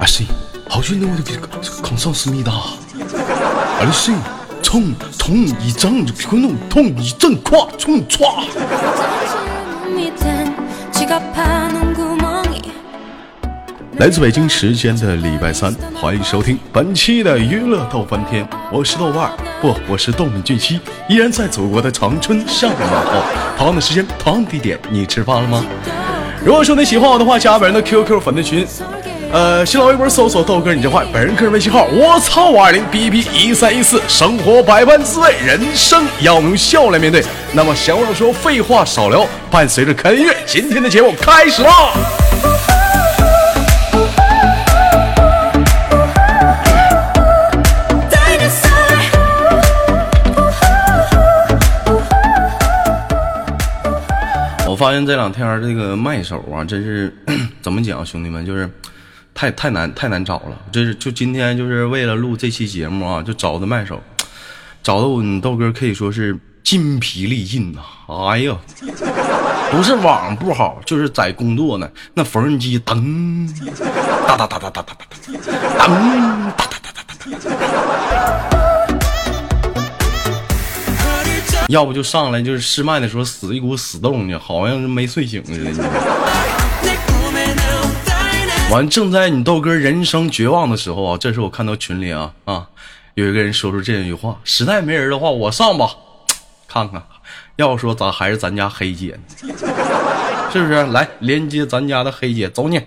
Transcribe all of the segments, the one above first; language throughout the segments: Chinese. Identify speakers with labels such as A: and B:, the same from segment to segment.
A: 운동으로 강성스럽습니다. 아저씨, 총, 총, 이장, 그놈, 통, 이전, 콱, 총, 촤.
B: 지갑하는 구멍이
A: 来自北京时间的礼拜三，欢迎收听本期的娱乐逗翻天，我是豆瓣儿，不，我是豆米俊熙，依然在祖国的长春向你问候。同样的时间，同样地点，你吃饭了吗？如果说你喜欢我的话，加本人的 QQ 粉丝群，呃，新浪微博搜索豆哥你真坏，本人个人微信号我操五二零 B B 一三一四，生活百般滋味，人生要用笑来面对。那么闲话少说，废话少聊，伴随着开乐，今天的节目开始了。我发现这两天儿这个麦手啊，真是 怎么讲，兄弟们，就是太太难太难找了。这是就今天就是为了录这期节目啊，就找的麦手，找的我你豆哥可以说是筋疲力尽呐、哎呀，不是网不好，就是在工作呢，那缝纫机噔哒哒哒哒哒哒哒哒噔哒哒哒哒哒。要不就上来就是试麦的时候死一股死冻去，好像是没睡醒似的。你知道吗完，正在你豆哥人生绝望的时候啊，这时候我看到群里啊啊，有一个人说出这样一句话：实在没人的话，我上吧，看看。要说咋还是咱家黑姐呢？ 是不是？来连接咱家的黑姐，走你。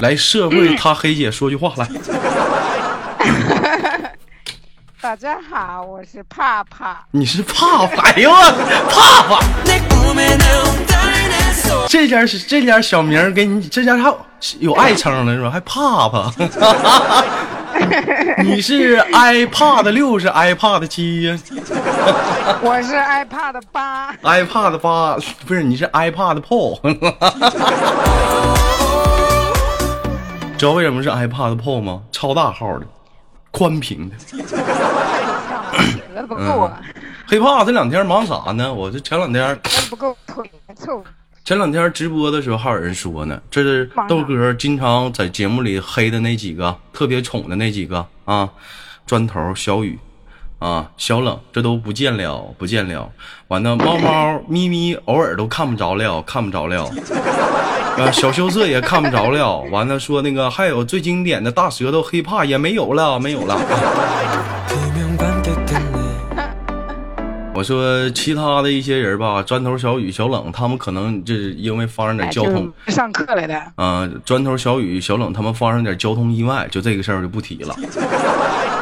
A: 来，社会他黑姐说句话来。
C: 大家好，我是帕帕。
A: 你是怕怕？哎呦我怕怕！这家是这家小名儿给你，这家还有有爱称了是吧？还怕怕？你是 iPad 六是 iPad 七呀
C: 我是 iPad 八，
A: ？iPad 八不是？你是 iPad Pro？知道为什么是 iPad Pro 吗？超大号的，宽屏的。嗯
C: 腿了不够啊，
A: 黑怕这两天忙啥呢？我这前两天
C: 还不够腿臭。
A: 前两天直播的时候，还有人说呢，这是豆哥经常在节目里黑的那几个，特别宠的那几个啊，砖头、小雨啊、小冷，这都不见了，不见了。完了，猫猫、咪咪偶尔都看不着了，看不着了。啊，小羞涩也看不着了。完了，说那个还有最经典的大舌头黑怕也没有了，没有了。我说其他的一些人吧，砖头、小雨、小冷，他们可能这是因为发生点
C: 哎
A: 交通，
C: 就是上课来的，
A: 啊，砖头、小雨、小冷他们发生点交通意外，就这个事儿就不提 了。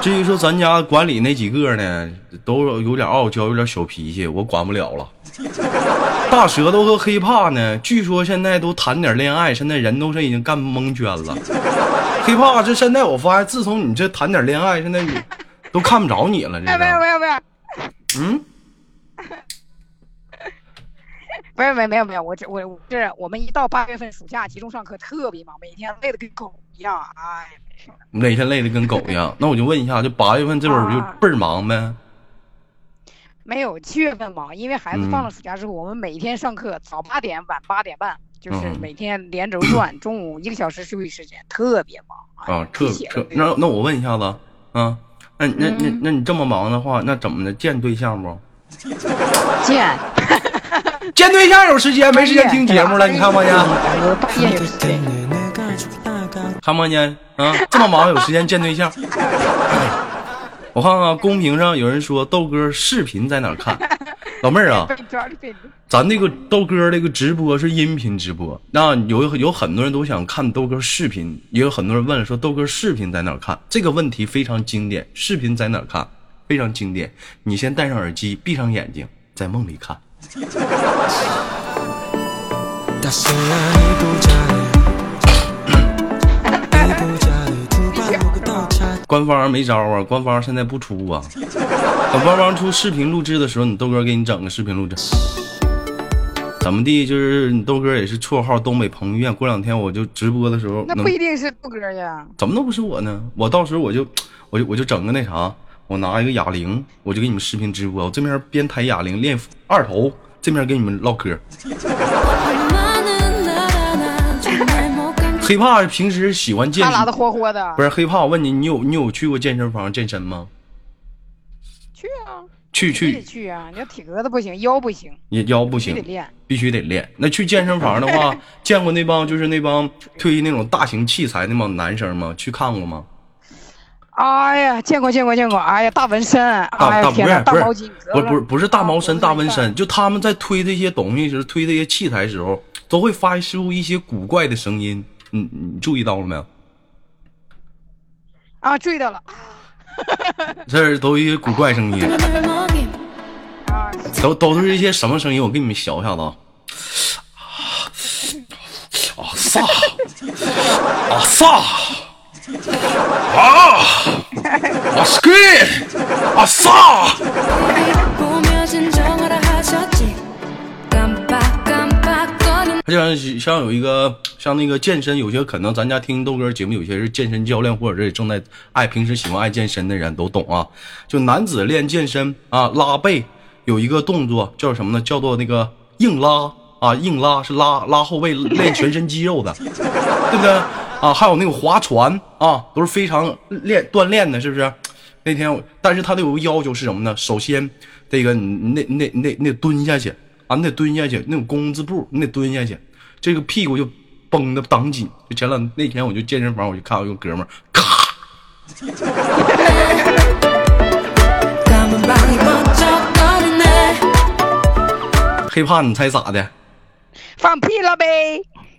A: 至于说咱家管理那几个呢，都有点傲娇，有点小脾气，我管不了 了。大舌头和黑怕呢，据说现在都谈点恋爱，现在人都是已经干蒙圈 了。黑怕这现在我发现，自从你这谈点恋爱，现在你都看不着你了，这
C: 哎，不要
A: 是
C: 不要不要，
A: 嗯。
C: 不是没没有没有，我这我我这我们一到八月份暑假集中上课特别忙，每天累得跟狗一样，哎，
A: 哪天累得跟狗一样？那我就问一下，就八月份这会儿就
C: 啊
A: 倍儿忙呗？
C: 没有七月份忙，因为孩子放
A: 嗯
C: 了暑假之后，我们每天上课早八点晚八点半，就是
A: 嗯
C: 每天连轴转， 中午一个小时休息时间，特别忙
A: 啊，特
C: 写
A: 特
C: 的
A: 那那我问一下子啊，那那那那你这么忙的话，那怎么的见对象不？
C: 见
A: 见对象有时间，没时间听节目 了，你看不见？
C: 哎半夜有时间。
A: 看不见啊？这么忙有时间见对象？哎我看看公屏上有人说豆哥视频在哪儿看？老妹儿啊，
C: 被抓被
A: 咱那个豆哥这个直播是音频直播，那有有很多人都想看豆哥视频，也有很多人问说豆哥视频在哪儿看？这个问题非常经典，视频在哪儿看？非常经典。你先戴上耳机，闭上眼睛，在梦里看。官方没招啊，官方现在不出 啊。等官方出视频录制的时候，你豆哥给你整个视频录制。怎么地？就是你豆哥也是绰号东北彭于晏。过两天我就直播的时候
C: 那
A: 能，
C: 不一定是豆哥呀，
A: 怎么能不是我呢？我到时候我就，我就我就整个那啥，我拿一个哑铃，我就给你们视频直播。我这边边抬哑铃练二头，这边跟你们唠嗑。
B: 얼마는
A: 黑怕平时喜欢健
C: 哈，喇子豁豁的
A: 不。是黑怕。我问你，你有你有去过健身房健身吗？
C: 去啊，
A: 去
C: 你得
A: 去，
C: 去啊！你这体格子不行，腰不行，
A: 也腰不行
C: 必须得，练。
A: 必须得练。那去健身房的 话，见过那帮就是那帮推那种大型器材那帮男生吗？去看过吗？
C: 哎呀，见过见过见过！哎呀，大纹身，哎
A: 大
C: 呀
A: 大不
C: 天哪，
A: 是
C: 大
A: 不是
C: 毛巾，
A: 不是不是不是大毛
C: 啊
A: 身
C: 我
A: 大
C: 明
A: 纹
C: 白
A: 身，就他们在推这些东西时，推这些器材时候，都会发出一些古怪的声音。你你注意到了没有？
C: 啊，注意到了
A: 这儿都一些古怪声音，
B: 바람을 먹임
C: 啊！
A: 都都是一些什么声音？我给你们学一下子啊！啊撒啊撒啊啊斯克啊撒！
B: 보며진 정화라 하셨지 깜빡깜빡거린
A: 他就像像有一个像那个健身，有些可能咱家听豆哥节目，有些是健身教练，或者是正在爱平时喜欢爱健身的人都懂啊。就男子练健身啊，拉背有一个动作叫什么呢？叫做那个硬拉啊，硬拉是拉拉后背练全身肌肉的，对不对？啊，还有那个划船啊，都是非常练锻炼的，是不是？那天我，但是他得有个要求是什么呢？首先，这个你你那那那那蹲下去啊，你得蹲下去，那种弓字步你得蹲下去，这个屁股就绷的挡紧。就前两那天我就健身房，我就看我有哥们儿，咔
B: 감은 방이 번쩍거리네
A: 黑怕，你猜咋的？
C: 放屁了呗！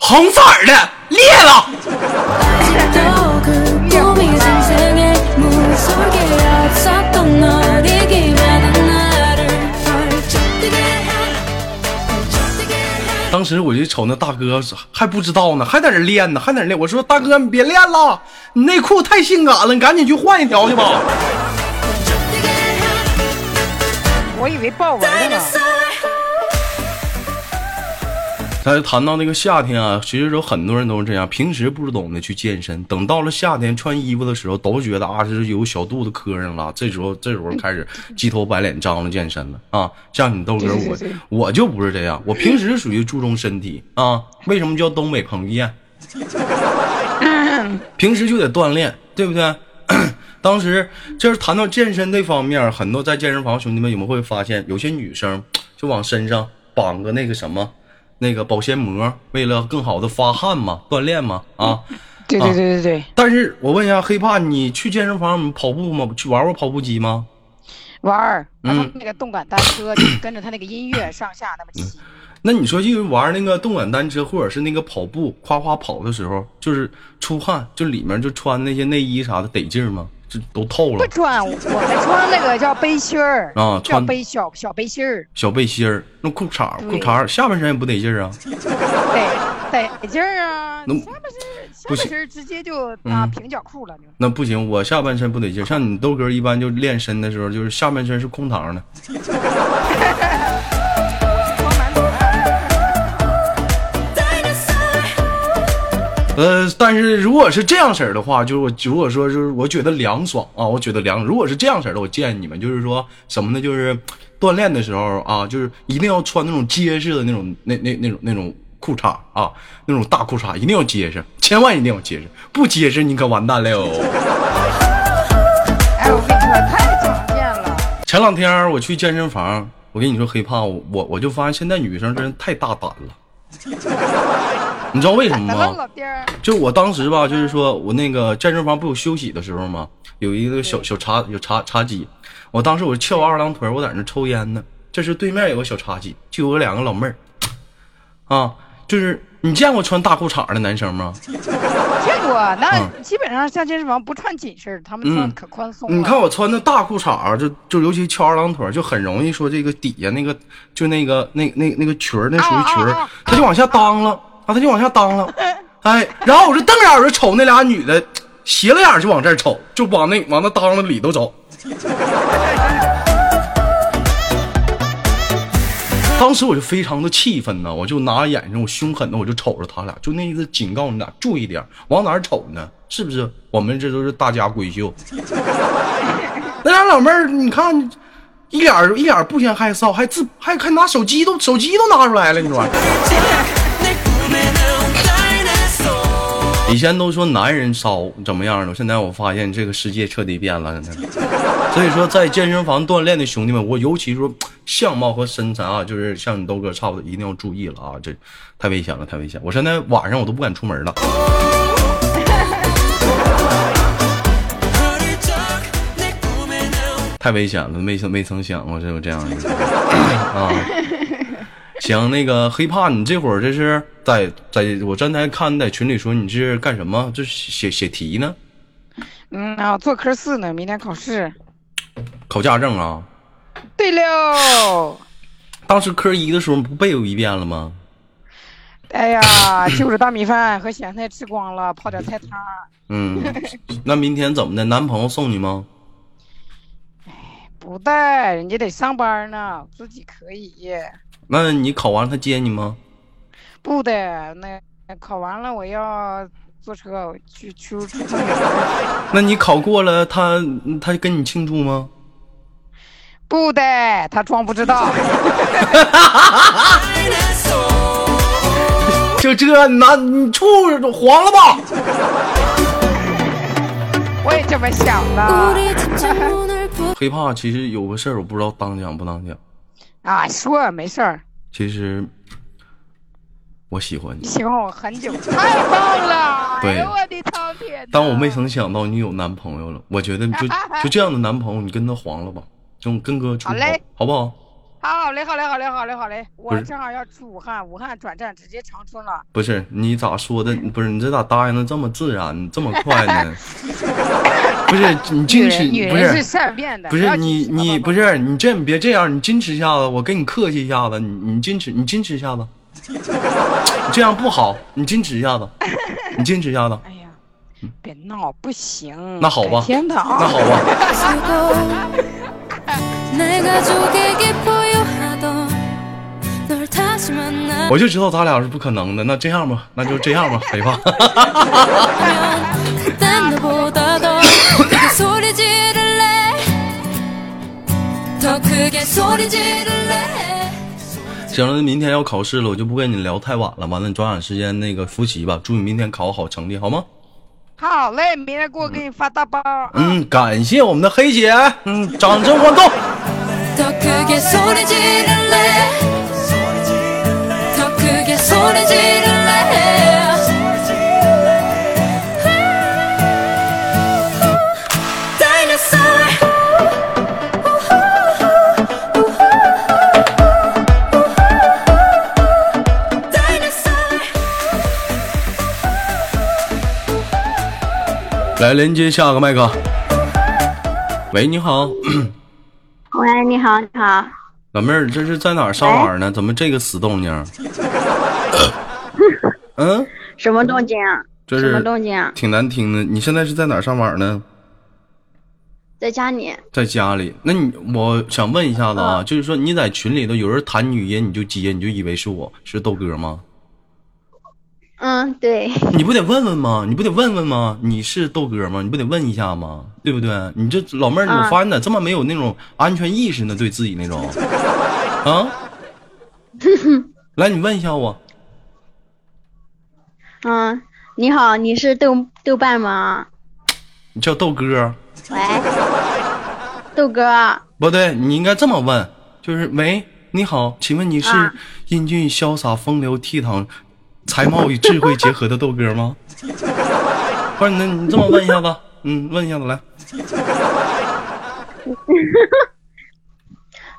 A: 红色儿的裂了。
B: 아직도 그 꿈이 생생해 물속에 없었던 널 이기만한 나를 펄쩍 뛰게 해 펄쩍 뛰게 해
A: 当时我就瞅那大哥还不知道呢，还在那练呢，还在那练。我说大哥，你别练了，你内裤太性感了，你赶紧去换一条去吧。
C: 我以为豹纹的呢。
A: 但是谈到那个夏天啊，其实有很多人都是这样，平时不懂得去健身，等到了夏天穿衣服的时候，都觉得啊，这有小肚子磕上了，这时候这时候开始鸡头白脸张罗健身了啊。像你豆哥我
C: 对对对
A: 我就不是这样，我平时属于注重身体啊。为什么叫东北彭于晏？平时就得锻炼，对不对？ 当时就是谈到健身这方面，很多在健身房兄弟们，你们会发现有些女生就往身上绑个那个什么，那个保鲜膜，为了更好的发汗嘛，锻炼嘛啊。
C: 对
A: 啊
C: 对对对对，
A: 但是我问一下黑怕，你去健身房你跑步吗？去玩过跑步机吗？
C: 玩儿，然后
A: 嗯
C: 那个动感单车 就是跟着他那个音乐上下那么骑。
A: 那你说就是玩那个动感单车，或者是那个跑步，夸夸跑的时候，就是出汗，就里面就穿那些内衣啥的得劲儿吗？就都透了
C: 不穿，我们穿那个叫背心儿
A: 啊
C: 叫
A: 穿
C: 背小小背心儿，
A: 小背心儿，那裤衩儿
C: 对
A: 裤衩儿下半身也不得劲儿啊。
C: 得得劲儿啊！
A: 那
C: 你下半身下
A: 不
C: 半
A: 行嗯
C: 身直接就啊平角裤了，就
A: 那不行，我下半身不得劲儿。像你豆哥一般，就练身的时候，就是下半身是空膛的。
C: 光满腿
A: 呃，但是如果是这样式儿的话，就是我如果说就是我觉得凉爽啊，我觉得凉。如果是这样式儿的，我建议你们就是说什么呢？就是锻炼的时候啊，就是一定要穿那种结实的那种那那那种那种裤衩啊，那种大裤衩一定要结实，千万一定要结实，不结实你可完蛋了哟。
C: 哎，我跟你说太常见了，
A: 前两天儿我去健身房，我跟你说黑胖，我我我就发现现在女生真是太大胆了，你知道为什么
C: 咱们
A: 吗？
C: 老爹儿
A: 就我当时吧，就是说我那个健身房不有休息的时候吗？有一个小小茶有茶茶几，我当时我翘二郎腿儿，我在那抽烟呢。这时对面有个小茶几，就有两个老妹儿，啊，就是你见过穿大裤衩儿的男生吗？
C: 见过，那
A: 嗯
C: 基本上像健身房不穿紧身儿，他们穿可宽松了。
A: 你看我穿的大裤衩儿，就就尤其翘二郎腿儿，就很容易说这个底下那个就那个那那那个裙儿，那属于裙
C: 啊啊
A: 儿
C: 啊，
A: 它就往下当了啊，它就往下当了，哎，然后我就瞪眼儿就瞅那俩女的，斜了眼儿就往这儿瞅，就往那往那裆子里头瞅。当时我就非常的气愤呐，我就拿眼睛，我凶狠的我就瞅着他俩，就那意思警告你俩注意点儿，往哪儿瞅呢？是不是？我们这都是大家闺秀。 那俩老妹儿，你看，一脸儿一脸儿不嫌害臊，还自还还拿手机都手机都拿出来了，你说？以前都说男人骚怎么样的，现在我发现这个世界彻底变了。真的所以说，在健身房锻炼的兄弟们，我尤其说相貌和身材啊，就是像你豆哥差不多，一定要注意了啊！这太危险了，太危险！我现在晚上我都不敢出门了。太危险了，没曾没曾想过这有这样的啊。行，那个黑怕，你这会儿这是在在我刚才看你在群里说你是干什么？这是写写题呢？
C: 嗯啊，做科四呢，明天考试。
A: 考驾证啊？
C: 对喽，
A: 当时科一的时候不背过一遍了吗？
C: 哎呀，就着大米饭和咸菜吃光了，泡点菜汤儿。
A: 嗯，那明天怎么的？男朋友送你吗？
C: 不带，人家得上班呢，自己可以。
A: 那你考完他接你吗？
C: 不的，那考完了我要坐车我去去出趟远门。
A: 那你考过了，他他跟你庆祝吗？
C: 不的，他装不知道。
A: 就这，那你处黄了吧？
C: 我也这么想的
B: 우리 진짜 오늘 부
A: 黑怕，其实有个事儿我不知道当讲不当讲。
C: 啊，说没事儿，
A: 其实我喜欢你，
C: 喜欢我很久，太棒了！哎呦我的苍天！
A: 但我没曾想到你有男朋友了。我觉得 就就这样的男朋友，你跟他黄了吧，就跟哥处
C: 好嘞，
A: 好不好？
C: 好嘞，好嘞，好嘞，好嘞，好嘞，
A: 不
C: 我
A: 是
C: 正好要去武汉，武汉转站直接长春了。
A: 不是你咋说的？不是你这咋答应的这么自然，这么快 呢？不是你
C: 女
A: 矜持
C: 人，，女
A: 不
C: 人是
A: 是
C: 善变的，
A: 不
C: 不要
A: 是
C: 紧
A: 你
C: 张
A: 你
C: 吧
A: 不是你这你别这样，你矜持一下子，我跟你客气一下子，你你矜持你矜持一下子， 你这样不好，你矜持一下子，你矜持一下子，
C: 哎呀，别闹，不行。
A: 那好吧
C: 改天的
A: 那
C: 啊，
A: 好吧。
B: 쓰고 내 가족에게 보여하던 널 다시 만 나
A: 我就知道咱俩是不可能的。那这样吧，那就这样吧，肥吧。
B: 그땐 너보다 더 크게 소리 지를래 더 크게 소리 지를래
A: 行了，明天要考试了，我就不跟你聊太晚了。完了，你抓紧时间那个复习吧。祝你明天考好成绩，好吗？
C: 好嘞，明天给我给你发大包啊。
A: 嗯，感谢我们的黑姐，嗯，掌声欢送。
B: 더 크게 소리 지를래 더 크게 소리 지를래 Dinosaur Dinosaur
A: 来连接下个麦克。喂，你好，
D: 喂，你好，你好，
A: 老妹儿，这是在哪儿上网
D: 哎
A: 呢？怎么这个死动 静儿？嗯，
D: 什么动静啊？
A: 这
D: 什么
A: 是
D: 动静啊？
A: 挺难听的。你现在是在哪儿上网呢？
D: 在家里，
A: 在家里，那你我想问一下子啊，
D: 嗯
A: 就是说你在群里头有人谈语音，你就接，你就以为是我是豆哥吗？
D: 嗯，对，
A: 你不得问问吗？你不得问问吗？你是豆哥吗？你不得问一下吗？对不对？你这老妹儿，
D: 嗯
A: 我发现你咋这么没有那种安全意识呢？对自己那种 啊？来，你问一下我，
D: 嗯，你好，你是豆豆瓣吗？
A: 你叫豆哥
D: 喂，豆哥，
A: 不对，你应该这么问，就是喂，你好，请问你是
D: 啊
A: 英俊潇洒、风流倜傥、才貌与智慧结合的豆哥吗？ 不是，那你这么问一下子，嗯，问一下子来，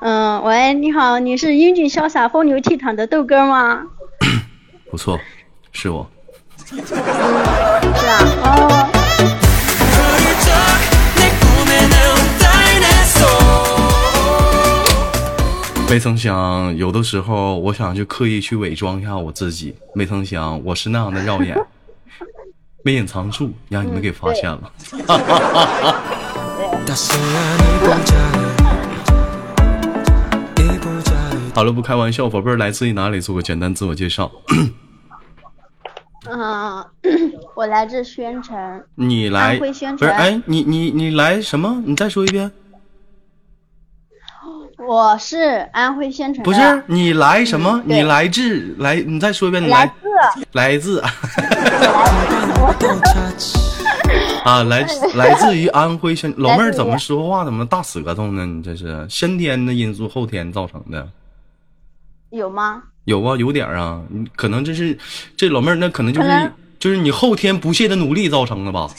D: 嗯，喂，你好，你是英俊潇洒、风流倜傥的豆哥吗？
A: 不错，是我。
D: 是啊，哦，
A: 没曾想，有的时候我想去刻意去伪装一下我自己，没曾想我是那样的耀 眼，没隐藏住，让你们给发现了。
D: 嗯
E: 따스한 이부자리 이부자리
A: 好了，不开玩笑，宝贝儿来自于哪里？做个简单自我介绍。
D: 嗯， 我来自宣城，
A: 你来
D: 安徽宣城
A: 不是？哎，你你你来什么？你再说一遍。
D: 我是安徽宣城的，
A: 不是你来什么？
D: 对
A: 嗯你来自来？你再说一遍。你
D: 来
A: 来
D: 自
A: 来自
D: 我来自
A: 啊，来 来自于安徽宣，老妹儿怎么说话怎么大舌头呢？你这是先天的因素，后天造成的。
D: 有吗？
A: 有啊，有点儿啊，你可能这是这老妹儿，那可能就是
D: 可能
A: 就是你后天不懈的努力造成的吧？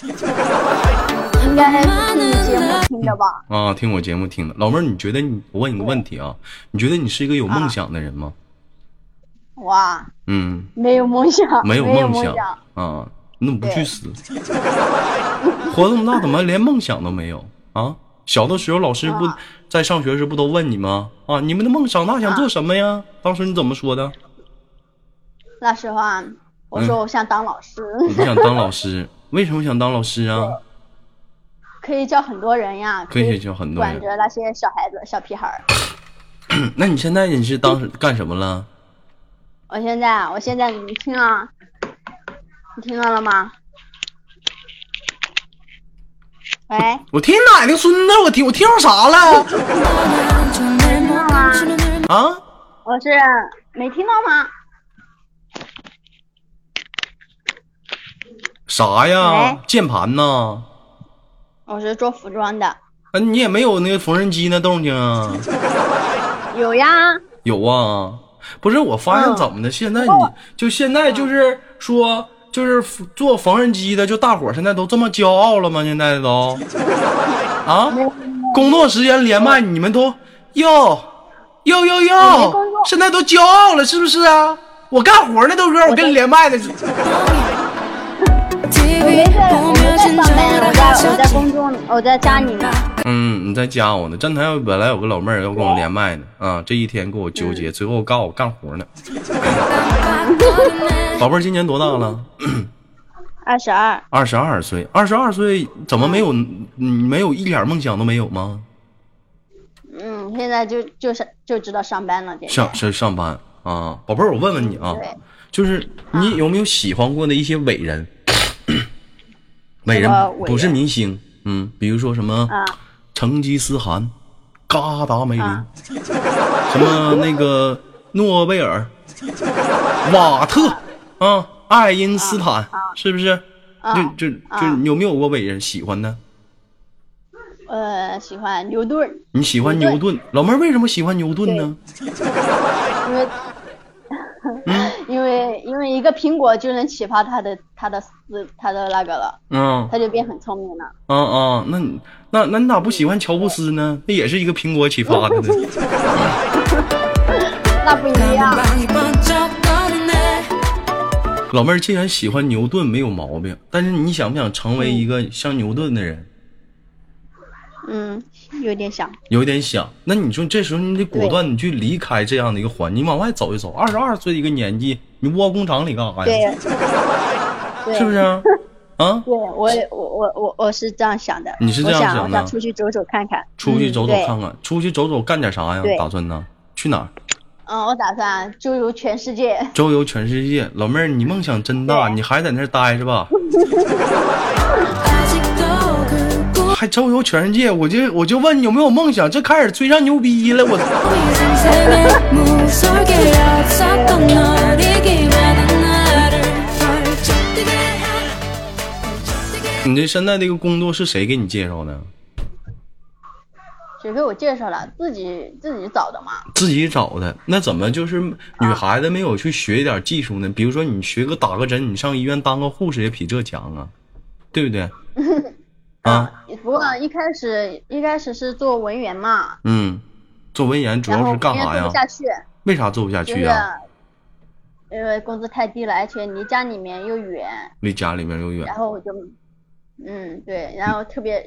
D: 应该是你节目听的吧？
A: 啊，听我节目听的，老妹儿，你觉得你我问你个问题啊？你觉得你是一个有梦想的人吗？
D: 哇，
A: 嗯，
D: 没有梦想，
A: 没有
D: 有
A: 梦
D: 想，
A: 啊，那你不去
D: 对
A: 死？活这么大怎么连梦想都没有啊？小的时候老师不、
D: 啊
A: 在上学时不都问你吗？啊，你们的梦长大想做什么呀？当时你怎么说的？
D: 那时候啊，我
A: 嗯
D: 说我想当老师，
A: 你不想当老师，为什么想当老师啊？
D: 可以教很多人呀，
A: 可以教很多人
D: 管着那些小孩子、小屁孩儿。
A: 嗯那你现在你是当时干什么了？
D: 我现在啊，我现在你听啊，你听到了吗？喂，
A: 我听奶奶孙子，我听我听着啥了？啊？
D: 我是没听到吗？
A: 啥
D: 哎
A: 呀？键盘呐？
D: 我是做服装的，
A: 啊，你也没有那个缝纫机那动静啊？
D: 有呀，
A: 有啊，不是我发现怎么的？现在你
D: 哦
A: 就现在就是说就是做缝纫机的，就大伙儿现在都这么骄傲了吗？现在 都啊，工作时间连麦，你们都哟哟哟
D: 没
A: 哟
D: 工作，
A: 现在都骄傲了是不是啊？我干活呢，豆哥，我跟你连麦呢。
D: 我没在，我没在上班，我在我在公众，我在家里呢。
A: 嗯，你再加我呢。站台本来有个老妹儿要跟我连麦呢，啊，这一天跟我纠
D: 嗯
A: 结，最后告诉我干活呢。 宝贝儿今年多大了？
D: 二十二，
A: 二十二岁，二十二岁怎么没有？你没有一点梦想都没有吗？
D: 嗯，现在就就是就知道上班了，对。
A: 上上上班啊，宝贝儿，我问问你啊，
D: 对，嗯
A: 就是你有没有喜欢过的一些伟 人？伟人
D: 什么伟人
A: 不是明星，嗯，比如说什么
D: 啊，
A: 成吉思汗、嘎达梅林，
D: 啊
A: 什么那个诺贝尔、瓦特啊、爱因斯
D: 嗯
A: 坦，是不是？
D: 啊
A: 就就就
D: 啊
A: 有没有过伟人喜欢的？
D: 呃，喜欢牛顿，
A: 你喜欢牛顿，老妹儿为什么喜欢牛顿呢？
D: 因为、
A: 嗯
D: 因为因为一个苹果就能启发他的他的思他的那个了，
A: 嗯
D: 他就变很聪明了。
A: 嗯嗯，那你那那你咋不喜欢乔布斯呢？那也是一个苹果启发的呢。
D: 那不一样，
A: 老妹儿既然喜欢牛顿没有毛病，但是你想不想成为一个像牛顿的人？
D: 嗯，有点想，
A: 有点想。那你说这时候你得果断，你去离开这样的一个环境，你往外走一走。二十二岁的一个年纪，你窝工厂里干啥
D: 对
A: 哎呀？，
D: 对，
A: 是不是？啊？ 啊，
D: 对我也我我我我是这样想的，
A: 你是这样想的
D: 我想我想出去走走看看，
A: 出去走走
D: 嗯
A: 看看，出去走走干点啥呀
D: 对？
A: 打算呢？去哪儿？
D: 对嗯，我打算周游全世界，
A: 周游全世界。老妹儿，你梦想真大，
D: 对
A: 你还在那儿待着吧？
B: 그
A: 还周游全世界，我就我就问你有没有梦想，这开始吹上牛逼了，我 你这现在这个工作是谁给你介绍的？
D: 谁给我介绍了？自己自己找的嘛。
A: 自己找的，那怎么就是女孩子没有去学一点技术呢？比如说你学个打个针，你上医院当个护士也比这强啊，对不 对？啊，
D: 不过一开始一开始是做文员嘛，
A: 嗯，做文员主
D: 然
A: 要
D: 后
A: 是干
D: 文
A: 啥呀
D: 员做不？下去，
A: 为啥做不下
D: 就
A: 去
D: 是
A: 啊？
D: 因为工资太低了，而且离家里面又远，
A: 离家里面又远
D: 然，后我就，嗯，对，然后特别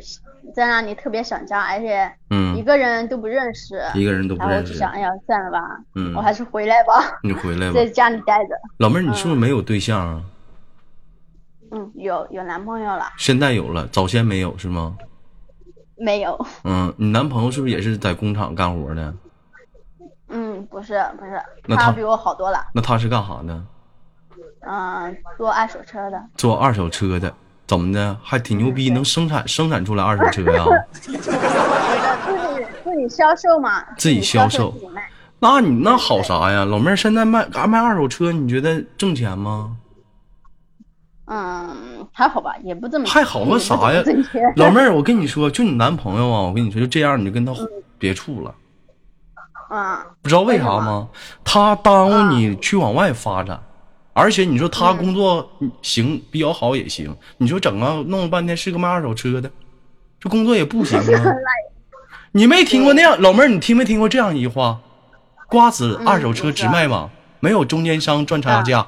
D: 在那里特别想家，而且一
A: 嗯，
D: 个人都不认识，
A: 一个人都不
D: 然后我
A: 认
D: 就
A: 识，
D: 想，哎呀，算了吧，
A: 嗯
D: 我还是回来吧，
A: 你回来吧
D: 在，家里待着。
A: 老妹儿，你是不是没有对象啊？
D: 嗯，有有男朋友了
A: 现在有了，早先没有是吗？
D: 没有？
A: 嗯，你男朋友是不是也是在工厂干活的？
D: 嗯，不是不是，
A: 那他
D: 他比我好多了，
A: 那他是干啥的？
D: 嗯，做二手车的，
A: 做二手车的，怎么的还挺牛逼，能生产生产出来二手车啊呀、
D: 自己自己销售嘛，
A: 自己销
D: 销
A: 售
D: 自己卖。
A: 那你那好啥呀，老妹儿，现在卖啊卖二手车，你觉得挣钱吗？
D: 嗯，还好吧，也不这么
A: 还好个啥呀
D: 也不怎么正确？
A: 老妹儿，我跟你说，就你男朋友啊，我跟你说，就这样你就跟他别处了，
D: 啊，
A: 不知道为啥吗？他耽误你去往外发展，而且你说他工作行比较好也行，你说整啊弄了半天是个卖二手车的，这工作也不行啊。你没听过那样，老妹儿，你听没听过这样一句话？瓜子二手车直卖网，没有中间商赚差价。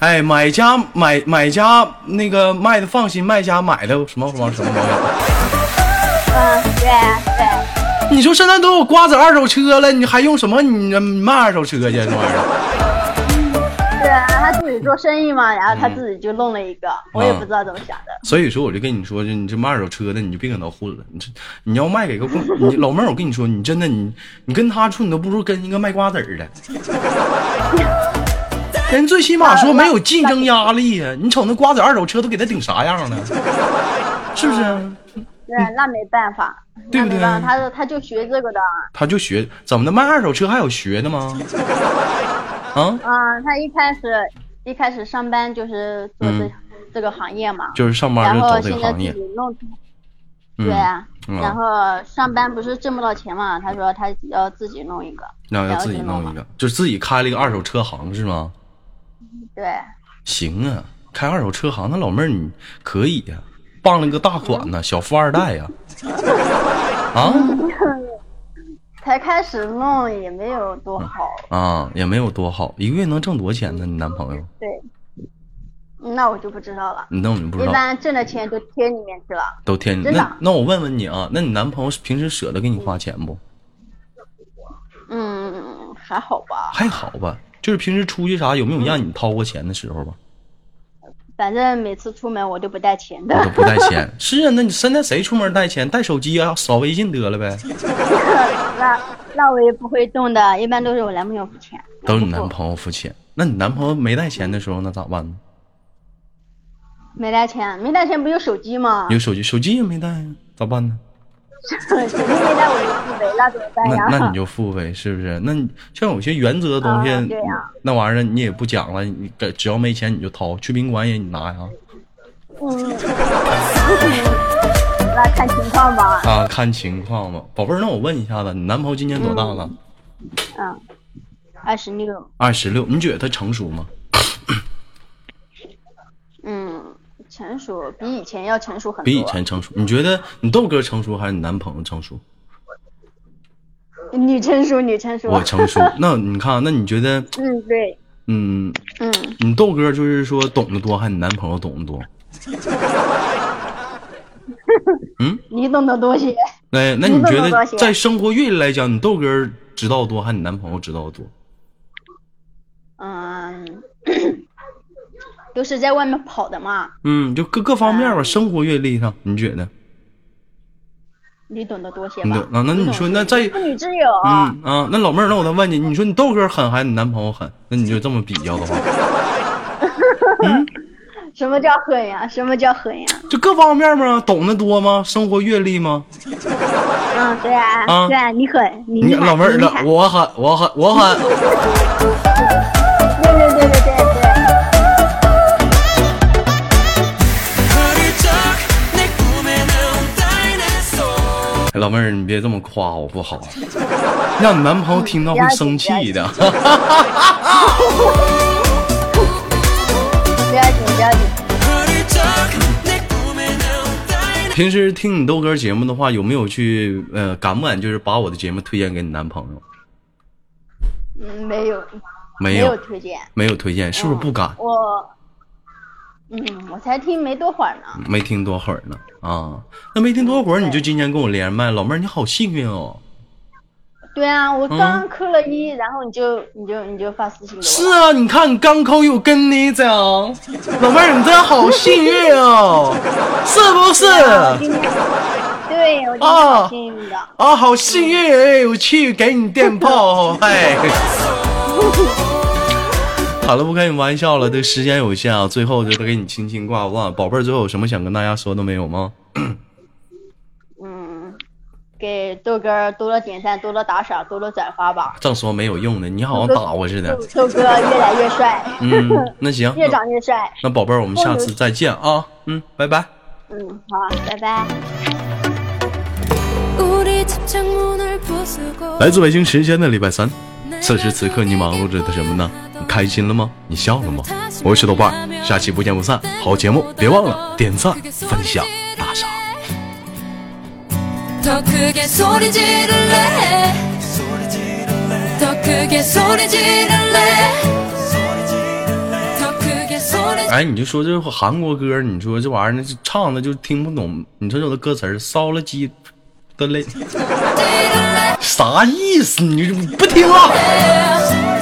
A: 哎，买家买买家那个卖的放心，卖家买的什么什么什么保养。
D: 嗯，对对，
A: 你说现在都有瓜子二手车了，你还用什么你你卖二手车去？这玩意儿，
D: 是啊，他自己做生意嘛，然后他自己就弄了一
A: 嗯
D: 个，我也不知道怎么想的。
A: 所以说我就跟你说，这你这卖二手车的，你就别跟他混了。你这你要卖给个 公，你老妹儿，我跟你说，你真的你你跟他处，你都不如跟一个卖瓜子儿的。人最起码说没有竞争压力呀，你瞅那瓜子二手车都给他顶啥样了，是不是？
D: 对，那没办法，
A: 对
D: 那
A: 不对
D: 没办法，他他就学这个的
A: 他就学怎么的卖二手车还有学的吗？啊，
D: 啊。他一开始一开始上班就是做这
A: 嗯
D: 这个行业嘛，
A: 就是上班
D: 然
A: 就
D: 后
A: 搞这
D: 现
A: 个
D: 在
A: 行
D: 自
A: 业
D: 己，弄，
A: 嗯
D: 对啊。
A: 嗯
D: 然后上班不是挣不到钱嘛？他说他要自己弄一个，
A: 那要
D: 然后
A: 自己
D: 就
A: 弄一
D: 了。
A: 个，就是自己开了一个二手车行是吗？
D: 对，
A: 行啊，开二手车行，那老妹儿你可以呀、傍了个大款呢、小富二代呀、啊，
D: 才开始弄也没有多好。
A: 啊也没有多好，一个月能挣多少钱呢？你男朋友？
D: 对，那我就不知道了。
A: 那你嗯不知
D: 一
A: 道，
D: 般挣的钱都贴里面去了。
A: 都天
D: 真的
A: 那那我问问你啊，那你男朋友平时舍得给你花钱不？
D: 嗯，还好吧，
A: 还好吧，就是平时出去啥有没有让你掏过钱的时候吧？
D: 反正每次出门我都不带钱的
A: 我都。不带 钱。是啊，那你现在谁出门带钱？带手机啊，扫微信得了呗。
D: 那那我也不会动的，一般都是我男朋友付钱。
A: 都是你
D: 不付
A: 男朋友付钱。那你男朋友没带钱的时候，那咋办呢？
D: 没带钱，没带钱不有手机吗？
A: 有手机，手机也没带啊，咋办呢？
D: 手机没带我就付呗，那怎么办
A: 那
D: 哎呀？
A: 那你就付呗，是不是？那你像有些原则的东西，
D: 啊对呀
A: 那玩意儿你也不讲了，你只只要没钱你就掏，去宾馆也你拿呀。
D: 那看情况吧。
A: 啊，看情况吧，宝贝儿。那我问一下子，你男朋友今年多大了？
D: 嗯，二十六，
A: 二十六。你觉得他成熟吗？
D: 嗯，成熟比以前要成熟很多。
A: 比以前成熟？你觉得你豆哥成熟还是你男朋友成熟？
D: 女成熟，女成熟。
A: 我成熟。 那你看，啊那你觉得，
D: 嗯，对，
A: 嗯，
D: 嗯，
A: 你豆哥就是说懂得多，还是你男朋友懂得多？
D: 你懂得多些。
A: 那哎那
D: 你
A: 你
D: 懂
A: 觉
D: 得多
A: 得
D: 些
A: 在生活阅历来讲，你豆哥知道多，还是你男朋友知道多？
D: 嗯， 都是在外面跑的嘛，
A: 嗯，就各各方面吧，生活阅历上，你觉得？
D: 你懂得多些
A: 你
D: 吧
A: 懂？啊？那你说，那在
D: 妇女之友，
A: 嗯啊，那老妹儿，那我再问你，你说你豆哥狠还是你男朋友狠？那你就这么比较的话， 嗯
D: 什么叫狠呀？什么叫狠呀？
A: 就各方面嘛，懂得多吗？生活阅历吗？
D: 嗯，对啊，
A: 啊
D: 对啊，你狠，你
A: 你
D: 厉害，
A: 老妹儿，
D: 你厉害
A: 那我狠，我狠，我狠。
D: 对对对对对对。
E: 거릴 적내 꿈에 나온 다이너소
A: 哎老妹儿，你别这么夸我不 好，让你男朋友听到会生气的。
D: 不要紧，不要紧。
E: 거릴 적내 꿈에 나온 다이너소
A: 平时听你豆哥节目的话，有没有去呃，敢不敢就是把我的节目推荐给你男朋友？
D: 嗯，没有，
A: 没
D: 有哦
A: 有，
D: 推荐。
A: 没有推荐，是不是不敢？
D: 我，嗯，我才听没多会儿呢。
A: 没听多会儿呢啊，那没听多会儿你就今天跟我连麦，老妹儿你好幸运哦。
D: 对啊，我
A: 嗯
D: 刚扣了一，然后你就你就你就发私信给我。
A: 是啊，你看你刚扣一，我跟你讲，老妹儿你真好幸运哦，是不是？
D: 啊，我今天，对我今
A: 哦
D: 天好幸运的。
A: 啊，好幸运哎！我去给你电炮，哎。 好了，不开你玩笑了，这个时间有限啊，最后就得给你轻轻挂挂。宝贝儿，最后有什么想跟大家说的没有吗？
D: 嗯，给豆哥儿多多点赞，多多打赏，多多转发吧。
F: 正说没有用呢，你好像打我似的
D: 豆。豆哥越来越帅，
F: 嗯，那行，
D: 越
F: 那
D: 长越帅。
F: 那宝贝儿，我们下次再见啊。嗯，拜拜。
D: 嗯，好，拜拜。
B: 우리 집 창문을 부수고
A: 来自北京时间的礼拜三，此时
B: 내가
A: 此刻你忙碌着的什么呢？你开心了吗？你笑了吗？我是豆瓣儿，下期不见不散。好节目，别忘了点赞、分享、打赏。
B: 더 크게 소리 지를래
E: 소리 지를래
B: 더 크게 소리 지를래
E: 소리 지를래
B: 더 크게 소리
F: 哎，你就说这韩国歌，你说这玩意儿那就唱的就听不懂。你说这歌词儿骚了鸡 的嘞，啥意思？你就不听了。啊
B: 지를래